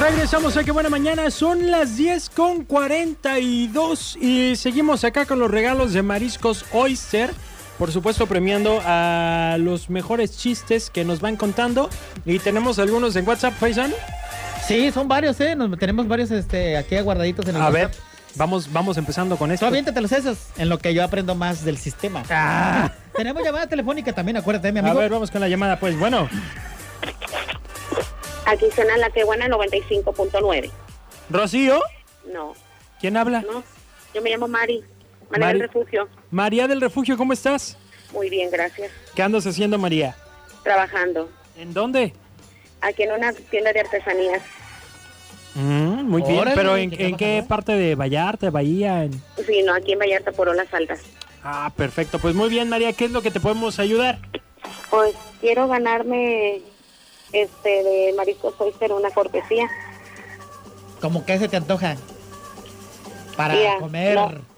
regresamos a Qué Buena Mañana. Son las 10 con 42 y seguimos acá con los regalos de Mariscos Oyster. Por supuesto, premiando a los mejores chistes que nos van contando. Y tenemos algunos en WhatsApp, Faisan. Sí, son varios, ¿eh? Nos, tenemos varios este, aquí guardaditos en el A ver, WhatsApp. vamos, vamos empezando con Tú esto. aviéntatelos esos, en lo que yo aprendo más del sistema. Ah, Tenemos llamada telefónica también, acuérdate, mi a amigo. ver, vamos con la llamada, pues. Bueno, Aquí suena la que buena 95.9. Rocío, No, ¿quién habla? no. Yo me llamo Mari. María Mari. del Refugio. María del Refugio, ¿cómo estás? Muy bien, gracias. ¿Qué andas haciendo, María? Trabajando. ¿En dónde? Aquí en una tienda de artesanías. Mm, muy bien, Órale, pero ¿en, ¿qué en qué trabajas? parte de Vallarta, Bahía? En- Sí, no, aquí en Vallarta por olas altas. Ah, perfecto. Pues muy bien, María, ¿qué es lo que te podemos ayudar? Pues quiero ganarme este de Mariscos Oyster una cortesía. Como que se te antoja. Para Mira, comer. no.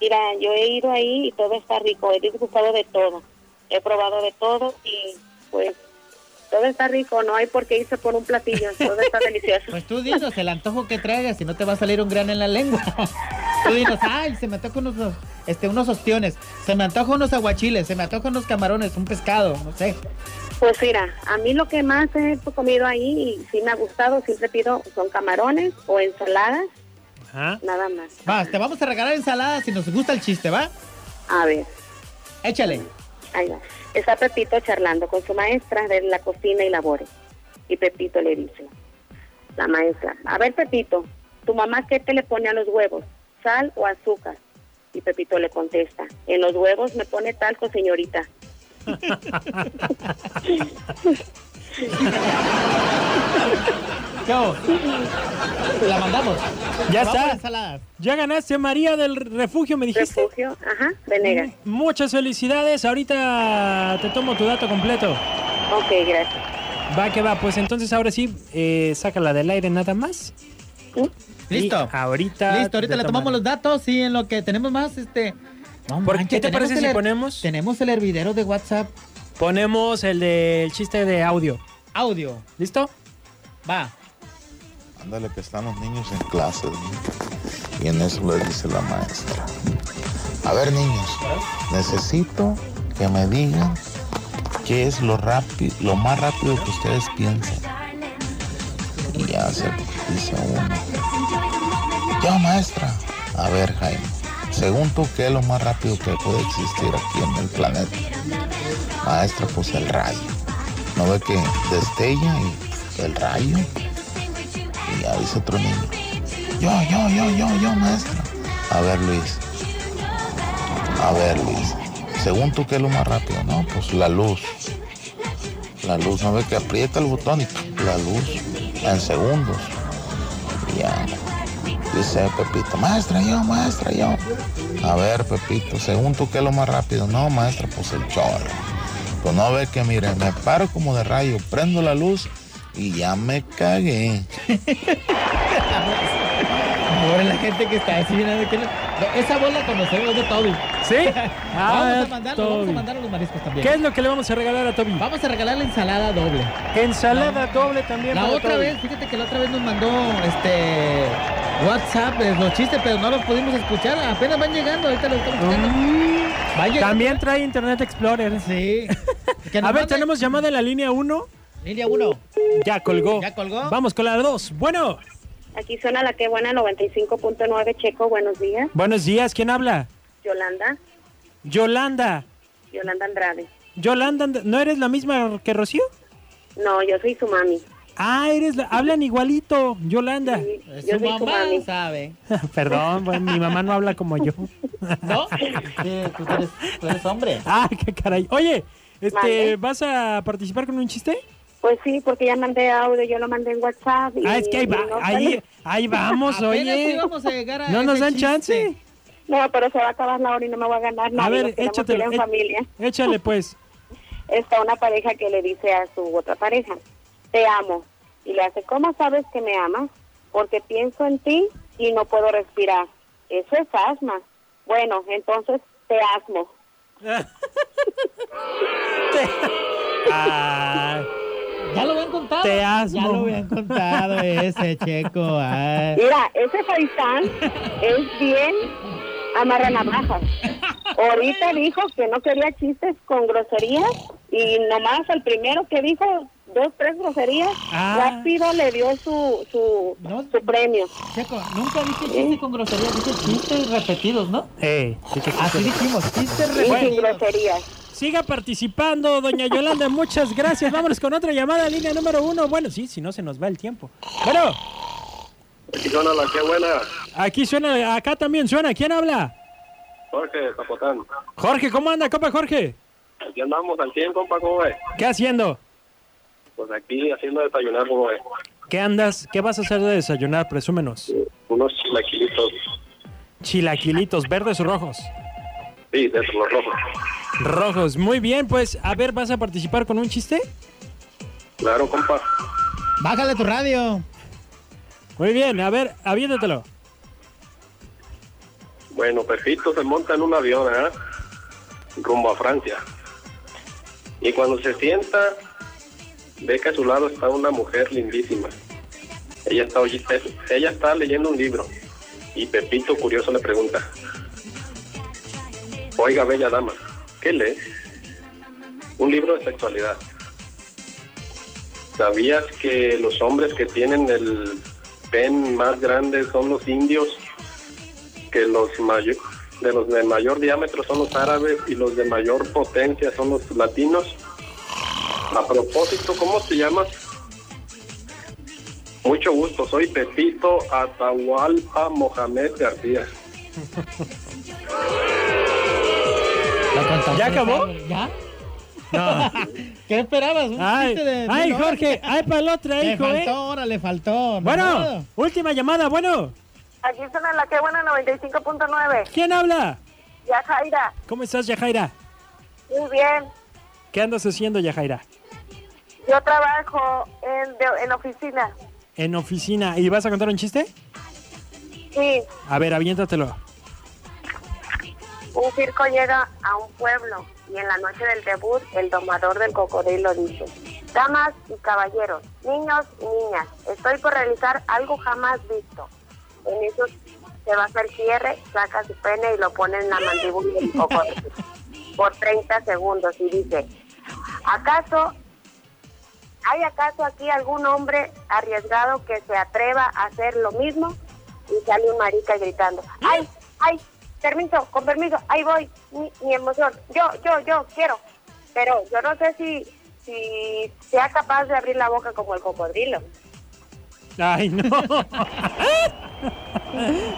Mira, yo he ido ahí y todo está rico. He disfrutado de todo. He probado de todo y pues todo está rico. No hay por qué irse por un platillo. Todo está delicioso. Pues tú dinos el antojo que traigas y no te va a salir un gran en la lengua. Tú dinos, ay, se me antoja unos, este, unos ostiones, se me antoja unos aguachiles, se me antoja unos camarones, un pescado, no sé. Pues mira, a mí lo que más he comido ahí y sí me ha gustado, siempre pido son camarones o ensaladas, Ajá. nada más. Vas, te vamos a regalar ensaladas si nos gusta el chiste, ¿va? A ver, Échale. ahí va. Está Pepito charlando con su maestra de la cocina y labores. Y Pepito le dice, la maestra, a ver Pepito, ¿tu mamá qué te le pone a los huevos? ¿Sal o azúcar? Y Pepito le contesta, en los huevos me pone talco, señorita. ¿Qué hago? Te la mandamos. Ya Vamos está. ensaladas. Ya ganaste, María del Refugio, me dijiste. Refugio, ajá, Venegas. Muchas felicidades. Ahorita te tomo tu dato completo. Ok, gracias. Va que va, pues entonces ahora sí, eh, sácala del aire nada más. ¿Mm? Y Listo. ahorita. Listo, ahorita te le tomaré. tomamos los datos y en lo que tenemos más, este. No ¿Por qué te tenemos parece si el her- ponemos? Tenemos el hervidero de WhatsApp Ponemos el del chiste de audio. audio. ¿Listo? Va. Ándale, que están los niños en clase. ¿no? Y en eso le dice la maestra. A ver, niños, necesito que me digan qué es lo rápido, lo más rápido que ustedes piensan. Y ya se dice uno. Ya, maestra. A ver, Jaime, según tú, ¿qué es lo más rápido que puede existir aquí en el planeta? Maestra, pues el rayo. ¿No ve que destella y el rayo? Y ya dice otro niño. Yo, yo, yo, yo, yo, maestra. A ver, Luis. A ver, Luis. Según tú, ¿qué es lo más rápido? No, pues la luz. La luz, no ve que aprieta el botón y ¡pum! la luz en segundos. Y ya. Dice Pepito, maestra, yo, maestra, yo. A ver, Pepito, según tú, ¿qué es lo más rápido? No, maestra, pues el chorro. Pues no ve que, mire, me paro como de rayo, prendo la luz y ya me cagué. Pobre la gente que está así mirando que no- no, Esa voz la conocemos de Toby. ¿Sí? vamos Ah, a mandarlo, vamos a Toby. mandar a los mariscos también. ¿Qué es lo que le vamos a regalar a Toby? Vamos a regalar la ensalada doble. Ensalada doble también. La para otra Toby. vez, fíjate que la otra vez nos mandó este WhatsApp eh, los chistes, pero no los pudimos escuchar. Apenas van llegando, ahorita los estamos escuchando. Mm. Van llegando. También trae Internet Explorer. Sí. Que nos A ver, mande- tenemos llamada en la línea 1. Línea 1. Ya colgó. ¿Ya colgó? Vamos con la 2. Bueno, Aquí suena la que buena 95.9 Checo, buenos días. buenos días. ¿Quién habla? Yolanda, Yolanda. Yolanda Andrade. Yolanda, And- ¿no eres la misma que Rocío? No, yo soy su mami. Ah, eres la... Hablan igualito, Yolanda. Sí, Eh, yo Su soy su mamá mami. sabe. Perdón, bueno, mi mamá no habla como yo. ¿No? Sí, tú eres, tú eres hombre. Ah, qué caray. Oye, este, Mande. ¿vas a participar con un chiste? Pues sí, porque ya mandé audio, yo lo mandé en WhatsApp. y- Ah, es que ahí, va- y no ahí, sale. ahí vamos, Apenas oye. íbamos a llegar a No nos ese dan chiste. chance. No, pero se va a acabar la hora y no me voy a ganar nada. A ver, nos tenemos que ir échatelo. en eh, familia. Échale, pues. Está una pareja que le dice a su otra pareja, te amo. Y le hace, ¿cómo sabes que me amas? Porque pienso en ti y no puedo respirar. Eso es asma. Bueno, entonces te asmo. Ay, Ya lo habían contado. Te asmo. Ya lo habían contado ese, Checo. ay. Mira, ese paisán es bien amarranavajas. Ahorita dijo que no quería chistes con groserías y nomás al primero que dijo dos, tres groserías, Ah. rápido le dio su, su, No. su premio. Checo, nunca dije chiste con grosería, dije chistes repetidos, ¿no? Ey, Ah, sí, sí, sí, Así sí. dijimos, chistes Y sin repetidos. groserías. Siga participando, doña Yolanda. Muchas gracias. Vámonos con otra llamada, línea número uno. Bueno, sí, si no se nos va el tiempo. Bueno, Aquí suena la que buena, aquí suena, acá también suena. ¿Quién habla? Jorge Zapotán. Jorge, ¿cómo anda, compa Jorge? Aquí andamos al 100, compa, ¿cómo ves? ¿Qué haciendo? Pues aquí haciendo desayunar, ¿cómo ves? ¿Qué andas? ¿Qué vas a hacer de desayunar? Presúmenos. Unos chilaquilitos, Chilaquilitos, verdes o rojos. sí, de esos, los rojos. Rojos, muy bien, pues, a ver, ¿vas a participar con un chiste? Claro, compa. Bájale tu radio. Muy bien, a ver, aviéntatelo. Bueno, Pepito se monta en un avión, ¿ah? Rumbo a Francia. Y cuando se sienta, ve que a su lado está una mujer lindísima. Ella está, oy- ella está leyendo un libro. Y Pepito, curioso, le pregunta: Oiga, bella dama, ¿qué lees? Un libro de sexualidad. ¿Sabías que los hombres que tienen el pen más grande son los indios que los mayo- de los de mayor diámetro son los árabes y los de mayor potencia son los latinos. A propósito, ¿cómo te llamas? Mucho gusto, soy Pepito Atahualpa Mohamed García. Lo contaste. ¿Ya acabó? ¿Ya? No. ¿Qué esperabas? ¿Un Ay, chiste de ay, mil horas? Jorge, ay, para la otra, Le hijo, eh. faltó, ahora le faltó. no Bueno, puedo. última llamada, bueno. Aquí suena la que buena 95.9. ¿Quién habla? Ya, Jaira, ¿Cómo estás, Yajaira? muy bien. ¿Qué andas haciendo, Yajaira? Yo trabajo en, de- en oficina. En oficina. ¿Y vas a contar un chiste? Sí, A ver, aviéntatelo. un circo llega a un pueblo y en la noche del debut el domador del cocodrilo dice, damas y caballeros, niños y niñas, estoy por realizar algo jamás visto. En eso se va a hacer cierre, saca su pene y lo pone en la mandíbula del cocodrilo por 30 segundos y dice, ¿acaso ¿Hay acaso aquí algún hombre arriesgado que se atreva a hacer lo mismo? Y sale un marica gritando, ¡ay, ay! Permiso, con permiso, ahí voy, mi, mi emoción, yo, yo, yo quiero. Pero yo no sé si, si sea capaz de abrir la boca como el cocodrilo. Ay, no.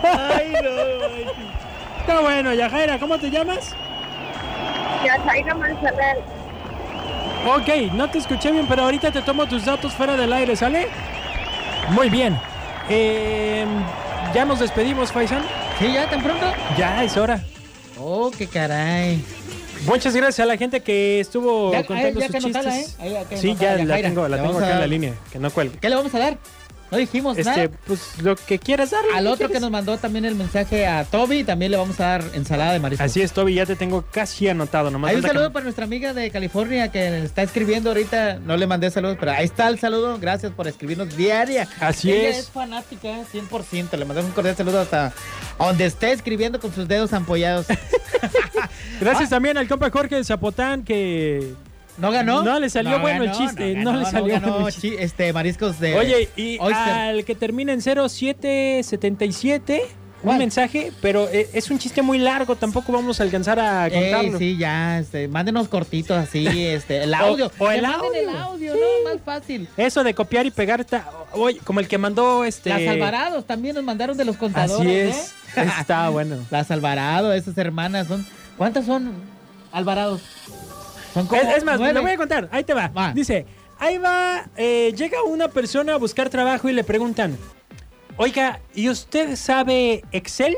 Ay, no, ay. Está bueno, Yajaira, ¿cómo te llamas? Ya, ahí nomás, a ver. Ok, no te escuché bien, pero ahorita te tomo tus datos fuera del aire, ¿sale? Muy bien. Eh, ya nos despedimos, Faisan. ¿Sí, ya tan pronto? Ya es hora. Oh, qué caray. Muchas gracias a la gente que estuvo Ya- eh, contando ya sus que nos habla, chistes. ¿eh? Ahí ya que sí, nos ya habla, la Yajaira. tengo, la Le tengo vamos a acá en la dar- línea, que no cuelgue. ¿Qué le vamos a dar? No dijimos Este, nada. pues lo que quieras darle. Al ¿qué otro que quieres? nos mandó también el mensaje a Toby, también le vamos a dar ensalada de mariscos. Así es, Toby, ya te tengo casi anotado. Nomás Hay un falta que- saludo para nuestra amiga de California que está escribiendo ahorita. No le mandé saludos, pero ahí está el saludo. Gracias por escribirnos diaria. Así Ella es. es fanática, ¿eh? 100%. Le mandamos un cordial saludo hasta donde esté escribiendo con sus dedos ampollados. Gracias Ah. también al compa Jorge de Zapotán que... ¿No ganó? No le salió bueno el chiste, no le salió ganó bueno el chiste. chi- este, mariscos de. Oye, y ah, Oyster. al que termina en 0777, un ¿Cuál? mensaje, pero eh, es un chiste muy largo, tampoco vamos a alcanzar a Ey, contarlo. sí, ya, este, mándenos cortitos así, este, el audio. o Que el manden audio, el audio, sí. ¿no? Más fácil. Eso de copiar y pegar, está, oye, como el que mandó este... Las Alvarados también nos mandaron de los contadores. Así ¿eh? es, está bueno. Las Alvarado, esas hermanas son. ¿Cuántas son Alvarados? Son como. Es, es más, nueve. lo voy a contar, ahí te va. Va. Dice, ahí va, eh, llega una persona a buscar trabajo y le preguntan, oiga, ¿y usted sabe Excel?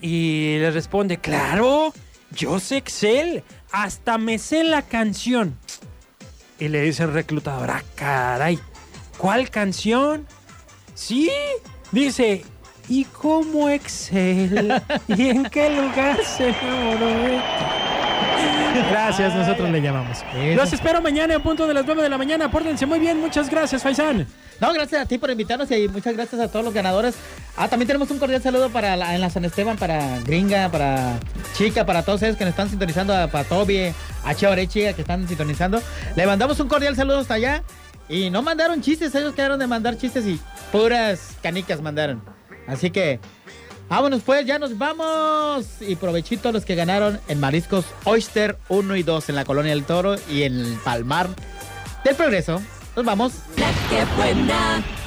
Y le responde, claro, yo sé Excel, hasta me sé la canción. Y le dice el reclutador, ah, caray, ¿cuál canción? Sí, dice, ¿y cómo Excel? ¿Y en qué lugar se enamoró? de ti?" Gracias, nosotros le llamamos. Eso. Los espero mañana en punto de las 9 de la mañana. Pórtense muy bien. Muchas gracias, Faisán. No, gracias a ti por invitarnos y muchas gracias a todos los ganadores. Ah, también tenemos un cordial saludo para la, en la San Esteban, para Gringa, para Chica, para todos ellos que nos están sintonizando, a- para Toby, a Chévere Chica que están sintonizando. Le mandamos un cordial saludo hasta allá y no mandaron chistes, ellos quedaron de mandar chistes y puras canicas mandaron. Así que vámonos pues, ya nos vamos y provechito a los que ganaron en Mariscos Oyster 1 y 2 en la Colonia del Toro y en el Palmar del Progreso. Nos vamos. La que buena.